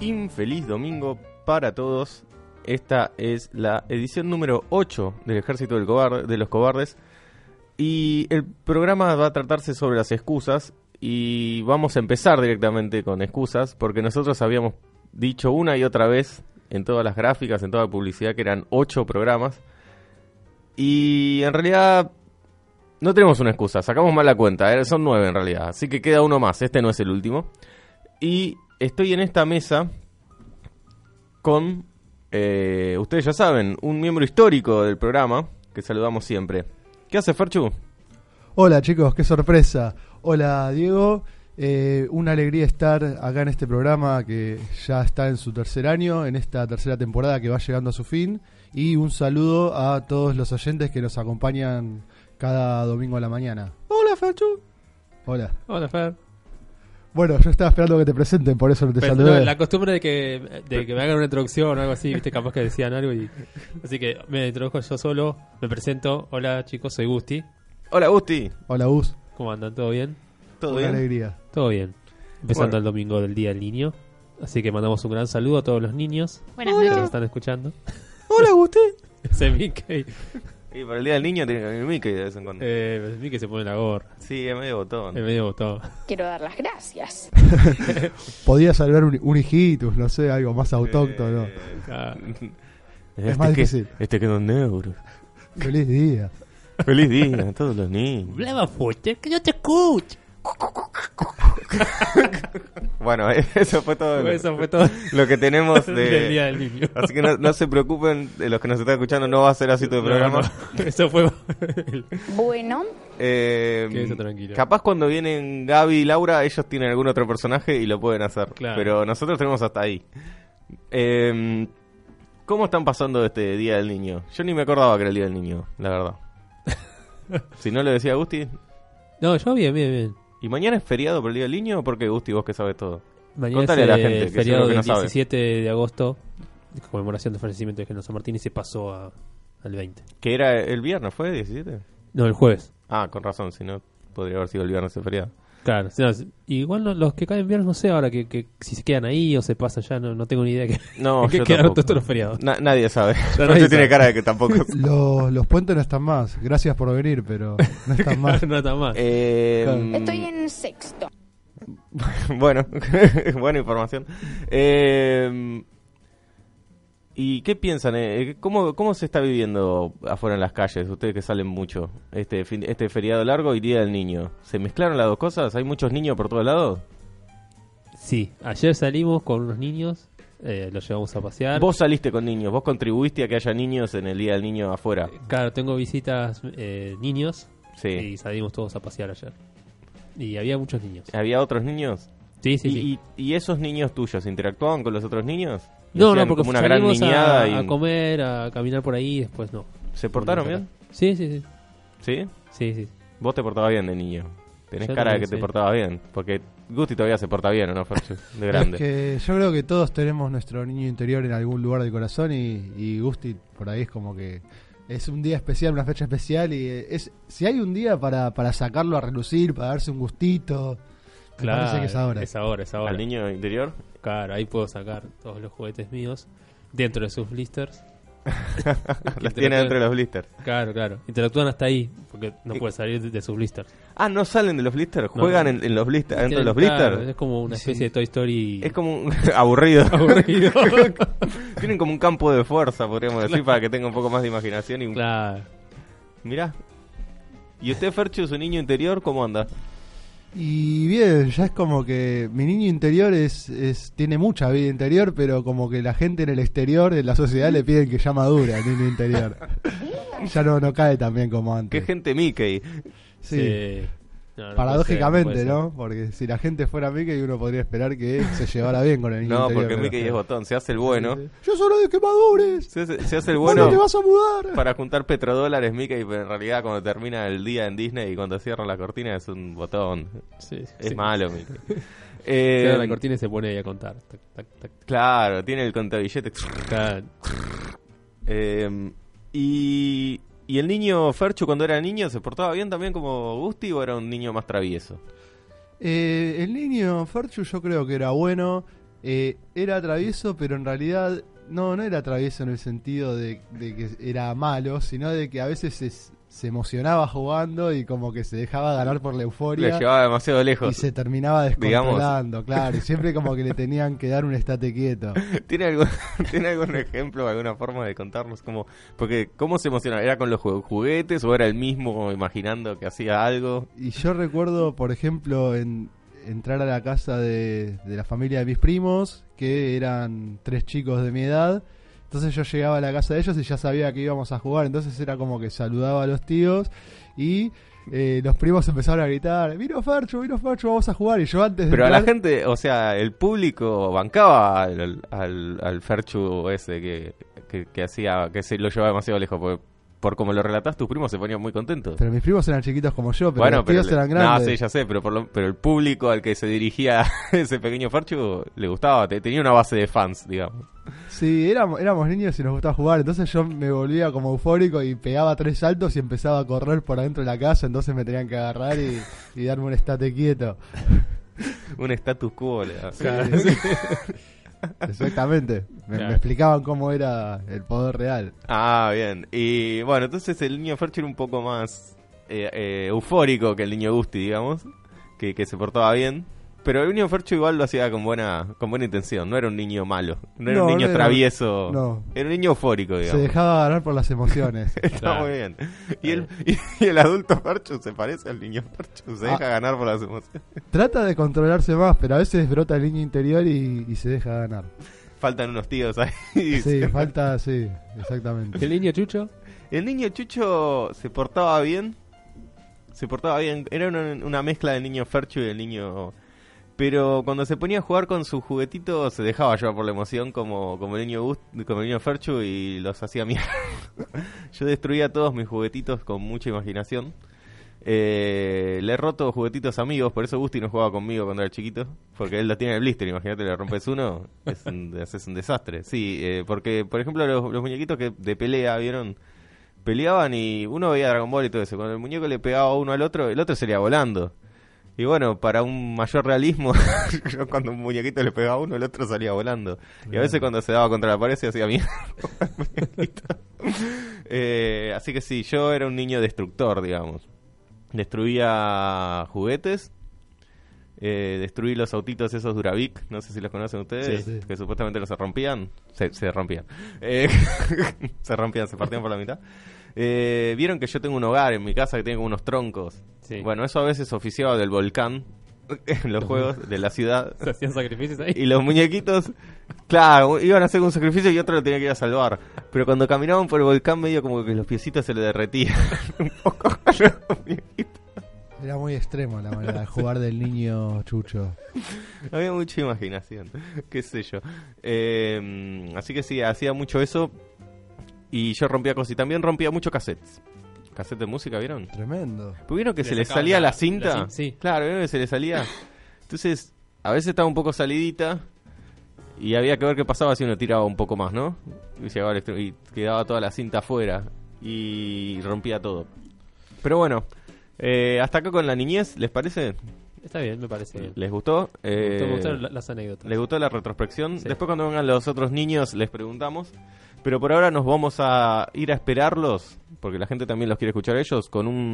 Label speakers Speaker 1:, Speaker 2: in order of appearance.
Speaker 1: infeliz domingo para todos. Esta es la edición número 8 del Ejército del Cobarde, de los Cobardes. Y el programa va a tratarse sobre las excusas. Y vamos a empezar directamente con excusas, porque nosotros habíamos dicho una y otra vez en todas las gráficas, en toda la publicidad, que eran 8 programas. Y en realidad no tenemos una excusa, sacamos mal la cuenta, eh, son 9 en realidad. Así que queda uno más, este no es el último. Y estoy en esta mesa con, eh, ustedes ya saben, un miembro histórico del programa que saludamos siempre. ¿Qué hace Ferchu?
Speaker 2: Hola chicos, qué sorpresa. Hola Diego, Eh, una alegría estar acá en este programa que ya está en su tercer año, en esta tercera temporada que va llegando a su fin. Y un saludo a todos los oyentes que nos acompañan cada domingo a la mañana.
Speaker 1: Hola Ferchu.
Speaker 2: Hola.
Speaker 3: Hola, Fer.
Speaker 2: Bueno, yo estaba esperando que te presenten, por eso no te
Speaker 3: Pero,
Speaker 2: saludé.
Speaker 3: no, la costumbre de que, de que me hagan una introducción o algo así, viste, capaz que decían algo y... Así que me introdujo yo solo, me presento. Hola, chicos, soy Gusti.
Speaker 1: Hola Gusti,
Speaker 2: Hola Gus,
Speaker 3: ¿Cómo andan? ¿Todo bien?
Speaker 1: ¿todo
Speaker 2: una
Speaker 1: bien?
Speaker 2: alegría.
Speaker 3: Todo bien. Empezando
Speaker 1: Bueno.
Speaker 3: el domingo del Día del Niño. Así que mandamos un gran saludo a todos los niños
Speaker 4: Buenas
Speaker 3: que nos
Speaker 4: noches.
Speaker 3: están escuchando.
Speaker 1: Hola Gusti.
Speaker 3: Ese Mickey.
Speaker 1: Y para el día del niño tiene que venir Mickey de vez en cuando.
Speaker 3: Eh, Mickey se pone la gorra.
Speaker 1: Sí, es medio botón.
Speaker 3: En medio botón.
Speaker 4: Quiero dar las gracias.
Speaker 2: Podía salvar un, un hijitus, no sé, algo más autóctono.
Speaker 1: Eh,
Speaker 3: Ah,
Speaker 1: este
Speaker 2: Es más
Speaker 1: que-
Speaker 2: difícil.
Speaker 1: Este quedó en euros.
Speaker 2: Feliz día.
Speaker 1: Feliz día a todos los niños.
Speaker 3: Hablaba fuerte, que yo te escucho.
Speaker 1: Bueno, eso fue todo
Speaker 3: Eso fue todo
Speaker 1: lo que tenemos
Speaker 3: del Día
Speaker 1: de...
Speaker 3: del Niño.
Speaker 1: Así que no, no se preocupen, de los que nos están escuchando no va a ser así todo el programa.
Speaker 3: No, no, Eso fue... el-
Speaker 4: Bueno,
Speaker 1: Eh,
Speaker 3: Quédense tranquilos.
Speaker 1: Capaz cuando vienen Gaby y Laura, ellos tienen algún otro personaje y lo pueden hacer.
Speaker 3: Claro.
Speaker 1: Pero nosotros tenemos hasta ahí. Eh, ¿Cómo están pasando este Día del Niño? Yo ni me acordaba que era el Día del Niño, la verdad. si no le decía a Gusti,
Speaker 3: No, yo bien, bien, bien.
Speaker 1: ¿y mañana es feriado por el Día del Niño? Porque Gusti, vos que sabes todo.
Speaker 3: Mañana
Speaker 1: Contale
Speaker 3: es
Speaker 1: a la
Speaker 3: eh,
Speaker 1: gente, que seguro
Speaker 3: feriado
Speaker 1: que
Speaker 3: del
Speaker 1: no sabe.
Speaker 3: 17 de agosto, conmemoración del fallecimiento de General San Martín y se pasó a- al 20.
Speaker 1: Que era el viernes, ¿fue? ¿17?
Speaker 3: No, el jueves.
Speaker 1: Ah, con razón, si no podría haber sido el viernes el feriado.
Speaker 3: Claro, si no, si- igual no- los que caen viernes no sé ahora que, que si se quedan ahí o se pasa ya, no, no tengo ni idea que,
Speaker 1: No,
Speaker 3: que
Speaker 1: yo
Speaker 3: quedaron
Speaker 1: tampoco.
Speaker 3: todos los feriados.
Speaker 1: Na- nadie sabe.
Speaker 3: Ya
Speaker 1: Pero
Speaker 3: nadie
Speaker 1: tiene
Speaker 3: sabe.
Speaker 1: cara de que tampoco.
Speaker 2: Los, los puentes no están más. Gracias por venir, pero no están más.
Speaker 3: no está más.
Speaker 1: Eh,
Speaker 4: estoy en sexto.
Speaker 1: Bueno, buena información. Eh, ¿Y qué piensan? eh? ¿Cómo, ¿Cómo se está viviendo afuera en las calles? Ustedes que salen mucho. Este, fin- este feriado largo y Día del Niño. ¿Se mezclaron las dos cosas? ¿Hay muchos niños por todos lados?
Speaker 3: Sí, ayer salimos con unos niños, eh, los llevamos a pasear.
Speaker 1: Vos saliste con niños, vos contribuiste a que haya niños en el Día del Niño afuera.
Speaker 3: Claro, tengo visitas eh, niños
Speaker 1: Sí.
Speaker 3: y salimos todos a pasear ayer. Y había muchos niños.
Speaker 1: ¿Había otros niños?
Speaker 3: Sí, sí,
Speaker 1: ¿Y,
Speaker 3: sí.
Speaker 1: y- y esos niños tuyos interactuaban con los otros niños?
Speaker 3: No, no,
Speaker 1: Hacían
Speaker 3: porque
Speaker 1: como una gran
Speaker 3: salimos a-
Speaker 1: niñada
Speaker 3: a,
Speaker 1: y
Speaker 3: comer, a caminar por ahí y después no.
Speaker 1: se portaron bien,
Speaker 3: Sí, sí, sí.
Speaker 1: ¿sí?
Speaker 3: Sí, sí.
Speaker 1: Vos te portabas bien de niño. Tenés
Speaker 3: Yo
Speaker 1: cara de
Speaker 3: también,
Speaker 1: que te
Speaker 3: sí.
Speaker 1: portabas bien. Porque Gusti todavía se porta bien, ¿o ¿no, Ferchu? De
Speaker 2: Es
Speaker 1: grande.
Speaker 2: que yo creo que todos tenemos nuestro niño interior en algún lugar del corazón y, y Gusti por ahí es como que es un día especial, una fecha especial y eh, es si hay un día para, para sacarlo a relucir, para darse un gustito, me parece que es ahora.
Speaker 3: Es ahora, es ahora.
Speaker 1: Al niño interior.
Speaker 3: Claro, ahí puedo sacar todos los juguetes míos dentro de sus blisters.
Speaker 1: Los tiene dentro de los blisters.
Speaker 3: Claro, claro. Interactúan hasta ahí, porque no puede salir de, de sus blisters.
Speaker 1: Ah, no salen de los blisters.
Speaker 3: No.
Speaker 1: Juegan en, en los blisters, dentro de los
Speaker 3: Claro,
Speaker 1: blisters.
Speaker 3: Es como una especie
Speaker 2: Sí.
Speaker 3: de Toy Story.
Speaker 1: Es como un- aburrido.
Speaker 3: aburrido.
Speaker 1: Tienen como un campo de fuerza, podríamos decir, para que tenga un poco más de imaginación. Y...
Speaker 3: claro.
Speaker 1: Mirá. ¿Y usted, Ferchu, su niño interior, cómo anda?
Speaker 2: Y bien, ya es como que mi niño interior es, es tiene mucha vida interior, pero como que la gente en el exterior, en la sociedad, le piden que ya madure al niño interior. ya no, no cae tan bien como
Speaker 1: Qué
Speaker 2: antes.
Speaker 1: gente Mickey.
Speaker 2: Sí.
Speaker 3: Eh, no, no puede
Speaker 2: Paradójicamente,
Speaker 3: ser,
Speaker 2: ¿no? Porque si la gente fuera Mickey, uno podría esperar que se llevara bien con el niño.
Speaker 1: No,
Speaker 2: interior,
Speaker 1: porque
Speaker 2: pero-
Speaker 1: Mickey es botón. Se hace el bueno.
Speaker 2: Yo solo de que madures.
Speaker 1: Se hace, se hace el
Speaker 2: Bueno,
Speaker 1: bueno.
Speaker 2: te vas a mudar.
Speaker 1: para juntar petrodólares, Mickey, pero en realidad cuando termina el día en Disney y cuando cierran la cortina es un botón.
Speaker 3: puede ser. Sí, sí,
Speaker 1: Es
Speaker 3: sí.
Speaker 1: malo, Mickey.
Speaker 3: Cierra
Speaker 1: Eh,
Speaker 3: la cortina y se pone ahí a contar. Tac, tac, tac.
Speaker 1: claro, tiene el contabilillete.
Speaker 3: Claro.
Speaker 1: Eh, y, y el niño Ferchu cuando era niño se portaba bien también como Gusti o era un niño más travieso?
Speaker 2: Eh, el niño Ferchu yo creo que era bueno. eh, era travieso, pero en realidad no, no era travieso en el sentido de, de que era malo, sino de que a veces se, se emocionaba jugando y como que se dejaba ganar por la euforia.
Speaker 1: La llevaba demasiado
Speaker 2: Y
Speaker 1: lejos.
Speaker 2: se terminaba
Speaker 1: Digamos.
Speaker 2: descontrolando, claro. Y siempre como que le tenían que dar un estate quieto.
Speaker 1: ¿Tiene algún, ¿Tiene algún ejemplo, alguna forma de contarnos cómo? Porque, ¿cómo se emocionaba? ¿Era con los ju- juguetes o era el mismo imaginando que hacía algo?
Speaker 2: Y yo recuerdo, por ejemplo, en, entrar a la casa de, de la familia de mis primos, que eran tres chicos de mi edad. Entonces yo llegaba a la casa de ellos y ya sabía que íbamos a jugar. Entonces era como que saludaba a los tíos y eh, los primos empezaron a gritar, vino Fercho, vino Fercho, vamos a jugar. Y yo antes de...
Speaker 1: Pero a la
Speaker 2: entrar-
Speaker 1: gente, o sea, el público bancaba al, al, al Ferchu ese que, que, que hacía, que se lo llevaba demasiado lejos. Porque, por como lo relatás, tus primos se ponían muy contentos.
Speaker 2: Pero mis primos eran chiquitos como yo, pero los tíos
Speaker 1: le-
Speaker 2: eran grandes.
Speaker 1: No, sí, ya sé, pero, por lo- pero el público al que se dirigía ese pequeño Ferchu le gustaba, te- tenía una base de fans, digamos.
Speaker 2: Sí, éramos, éramos niños y nos gustaba jugar, entonces yo me volvía como eufórico y pegaba tres saltos y empezaba a correr por adentro de la casa, entonces me tenían que agarrar y, y darme un estate quieto.
Speaker 1: Un status quo. le daba.
Speaker 3: Claro, sí.
Speaker 2: Exactamente, me, me
Speaker 3: Claro.
Speaker 2: explicaban cómo era el poder real.
Speaker 1: Ah, bien. Y bueno, entonces el niño Ferchu era un poco más eh, eh, eufórico que el niño Gusti, digamos, que, que se portaba bien. Pero el niño Ferchu igual lo hacía con buena, con buena intención, no era un niño malo, no era
Speaker 2: No,
Speaker 1: un niño
Speaker 2: no era-
Speaker 1: travieso,
Speaker 2: no.
Speaker 1: era un niño eufórico,
Speaker 2: Se
Speaker 1: Oh, digamos.
Speaker 2: dejaba ganar por las emociones.
Speaker 1: Está
Speaker 3: Claro.
Speaker 1: muy bien. Y el, y el adulto Ferchu se parece al niño Ferchu,
Speaker 2: Ah.
Speaker 1: se deja ganar por las emociones.
Speaker 2: Trata de controlarse más, pero a veces brota el niño interior y, y se deja ganar.
Speaker 1: Faltan unos tíos ahí.
Speaker 2: Sí, falta, sí, exactamente.
Speaker 3: ¿El niño Chucho?
Speaker 1: El niño Chucho se portaba bien. Se portaba bien. Era una, una mezcla del niño Ferchu y del niño. Pero cuando se ponía a jugar con su juguetito, se dejaba llevar por la emoción como, como, el, niño Gus- como el niño Ferchu y los hacía mierda. Yo destruía todos mis juguetitos con mucha imaginación. Eh, le he roto juguetitos amigos, por eso Gusti no jugaba conmigo cuando era chiquito, porque él lo tiene en el blister, imagínate, le rompes uno, es un, es un desastre. Sí, eh, porque por ejemplo los, los muñequitos que de pelea, ¿vieron? Peleaban y uno veía Dragon Ball y todo eso, cuando el muñeco le pegaba uno al otro, el otro salía volando. Y bueno, para un mayor realismo, yo cuando un muñequito le pegaba a uno, el otro salía volando. Y a veces cuando se daba contra la pared se hacía mierda. el muñequito. Eh, así que sí, yo era un niño destructor, digamos. Destruía juguetes. Eh, destruí los autitos esos Duravic, no sé si los conocen ustedes,
Speaker 2: Sí, sí.
Speaker 1: que supuestamente los se rompían. Se, se rompían. Eh, se rompían, se partían por la mitad. Eh, Vieron que yo tengo un hogar en mi casa que tiene como unos troncos.
Speaker 3: Sí.
Speaker 1: Bueno, eso a veces oficiaba del volcán en los juegos de la ciudad.
Speaker 3: Se hacían sacrificios ahí.
Speaker 1: Y los muñequitos, claro, iban a hacer un sacrificio y otro lo tenía que ir a salvar. Pero cuando caminaban por el volcán, medio como que los piecitos se le derretían un poco a los muñequitos.
Speaker 2: Era muy extremo la manera de jugar del niño chucho.
Speaker 1: Había mucha imaginación, qué sé yo. Eh, así que sí, hacía mucho eso. Y yo rompía cosas. Y también rompía mucho cassettes. Cassettes de música, ¿vieron?
Speaker 2: Tremendo.
Speaker 1: Porque ¿Vieron que
Speaker 3: Le
Speaker 1: se le
Speaker 3: sacaban
Speaker 1: salía
Speaker 3: la-
Speaker 1: la cinta?
Speaker 3: la cin- sí.
Speaker 1: Claro, ¿vieron que se le salía? Entonces, a veces estaba un poco salidita y había que ver qué pasaba si uno tiraba un poco más, ¿no? Y, llegaba al extremo- y quedaba toda la cinta afuera y rompía todo. Pero bueno, eh, hasta acá con la niñez, ¿les parece?
Speaker 3: Está bien, me parece bien.
Speaker 1: ¿Les gustó? Eh,
Speaker 3: Me gustaron la- las anécdotas.
Speaker 1: ¿Les gustó la retrospección?
Speaker 3: Sí.
Speaker 1: Después cuando vengan los otros niños les preguntamos. Pero por ahora nos vamos a ir a esperarlos, porque la gente también los quiere escuchar a ellos, con un